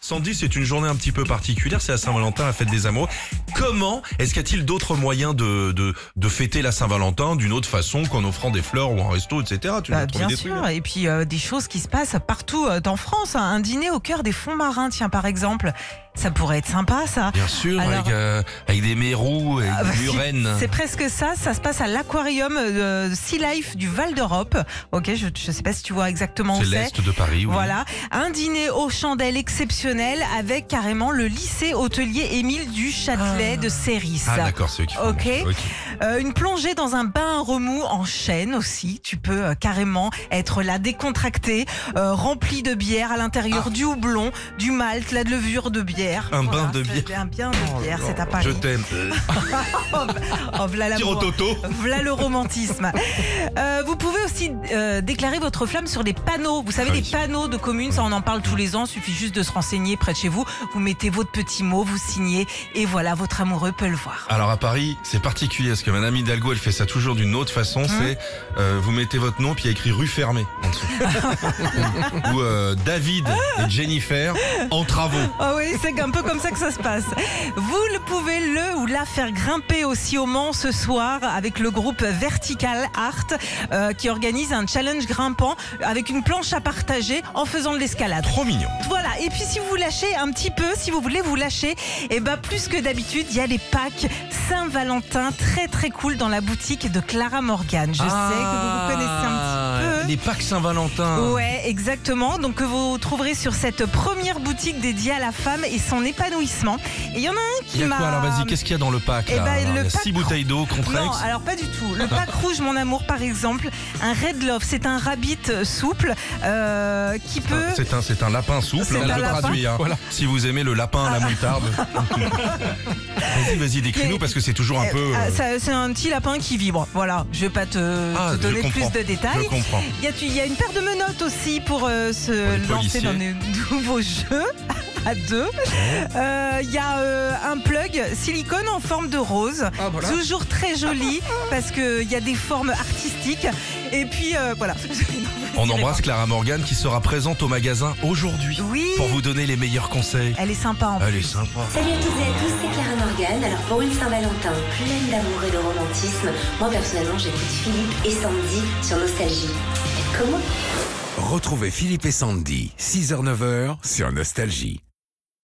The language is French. Sandy, c'est une journée un petit peu particulière, c'est la Saint-Valentin, la fête des amoureux. Comment est-ce qu'il y a-t-il d'autres moyens de, de, de fêter la Saint-Valentin d'une autre façon qu'en offrant des fleurs ou un resto, etc. Tu nous as Bah, trouvé bien des sûr, trucs, hein. et puis euh, des choses qui se passent partout euh, en France. hein. Un dîner au cœur des fonds marins, tiens par exemple, ça pourrait être sympa ça. Bien sûr, Alors- avec, euh, avec des mérous, avec Ah bah, des murènes. C'est presque ça, ça se passe à l'aquarium euh, de Sea Life du Val d'Europe. Ok, je ne sais pas si tu vois exactement où C'est c'est. l'Est de Paris, oui. Voilà, un dîner aux chandelles exceptionnel avec carrément le lycée hôtelier Émile du Châtelet de Séris. Ah d'accord, c'est eux qui font Ok. manger, Euh, une plongée dans un bain à remous en chêne aussi. Tu peux euh, carrément être là décontracté, euh, rempli de bière à l'intérieur du houblon, du malt, la levure de bière. Ah. Un bain de Oh c'est Un bain de bière, c'est à Paris. Je t'aime. Euh, Oh, v'là Tire au l'amour. toto. Voilà le romantisme. Euh, vous pouvez aussi euh, déclarer votre flamme sur des panneaux. Vous savez, Ah des oui. panneaux de communes, ça on en parle tous les ans, suffit juste de se renseigner près de chez vous. Vous mettez votre petit mot, vous signez, et voilà, votre amoureux peut le voir. Alors à Paris, c'est particulier parce que Madame Hidalgo, elle fait ça toujours d'une autre façon. Hein C'est euh, vous mettez votre nom puis il y a écrit rue fermée en dessous. Ou euh, David et Jennifer en travaux. Ah oui, c'est un peu comme ça que ça se passe. Vous le pouvez le ou la faire grimper aussi au Mans ce soir avec le groupe Vertical Art euh, qui organise un challenge grimpant avec une planche à partager en faisant de l'escalade. Trop mignon. Voilà, et puis si vous vous lâchez un petit peu, si vous voulez vous lâcher, et ben plus que d'habitude, il y a les packs Saint-Valentin très très cool dans la boutique de Clara Morgan. Je sais que vous vous connaissez un petit peu. Ah, Les packs Saint-Valentin. Ouais, exactement. Donc que vous trouverez sur cette première boutique dédiée à la femme et son épanouissement. Et il y en a un qui Il y a m'a. quoi alors vas-y qu'est-ce qu'il y a dans le pack Eh là ben, Alors, le Il y a pack- 6 bouteilles d'eau, non, Contrex. alors pas du tout. Ah. Le pack rouge, mon amour, par exemple, un Red Love, c'est un rabbit souple euh, qui peut. Ah, C'est un, c'est un lapin souple, C'est hein, un je lapin. traduis. hein. Si vous aimez le lapin à la moutarde. vas-y, vas-y, décris-nous parce que c'est toujours un Euh, peu. euh, ah, ça- C'est un petit lapin qui vibre. Voilà, je vais pas te, Ah, te je donner comprends. plus de détails. Je comprends. Il y, a- tu- il y a une paire de menottes aussi pour euh, se Pour les policiers. lancer dans des nouveaux jeux à deux. Euh, Il y a euh, un plug silicone en forme de rose, toujours très joli parce qu'il y a des formes artistiques. Et puis euh, voilà. On embrasse Clara Morgan qui sera présente au magasin aujourd'hui Oui, pour vous donner les meilleurs conseils. elle est sympa en Elle est sympa. Salut à toutes et à tous, c'est Clara Morgan. Alors pour une Saint-Valentin pleine d'amour et de romantisme, moi personnellement j'écoute Philippe et Sandy sur Nostalgie. Comment Retrouvez Philippe et Sandy, 6h-9h sur Nostalgie.